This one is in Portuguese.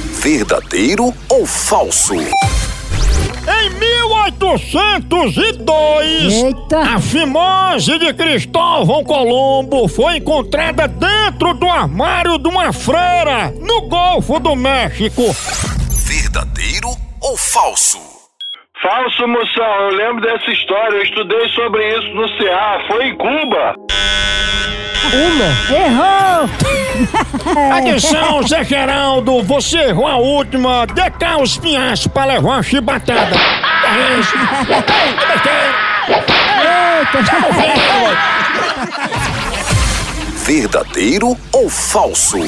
verdadeiro ou falso? Em 1802, Eita. a fimose de Cristóvão Colombo foi encontrada dentro do armário de uma freira no Golfo do México. Verdadeiro ou falso? Falso, moção, eu lembro dessa história, eu estudei sobre isso no CA, foi em Cuba. Errou! Atenção, Zé Geraldo, você errou a última. Dê cá os pinhas pra levar uma chibatada. É isso. Verdadeiro ou falso?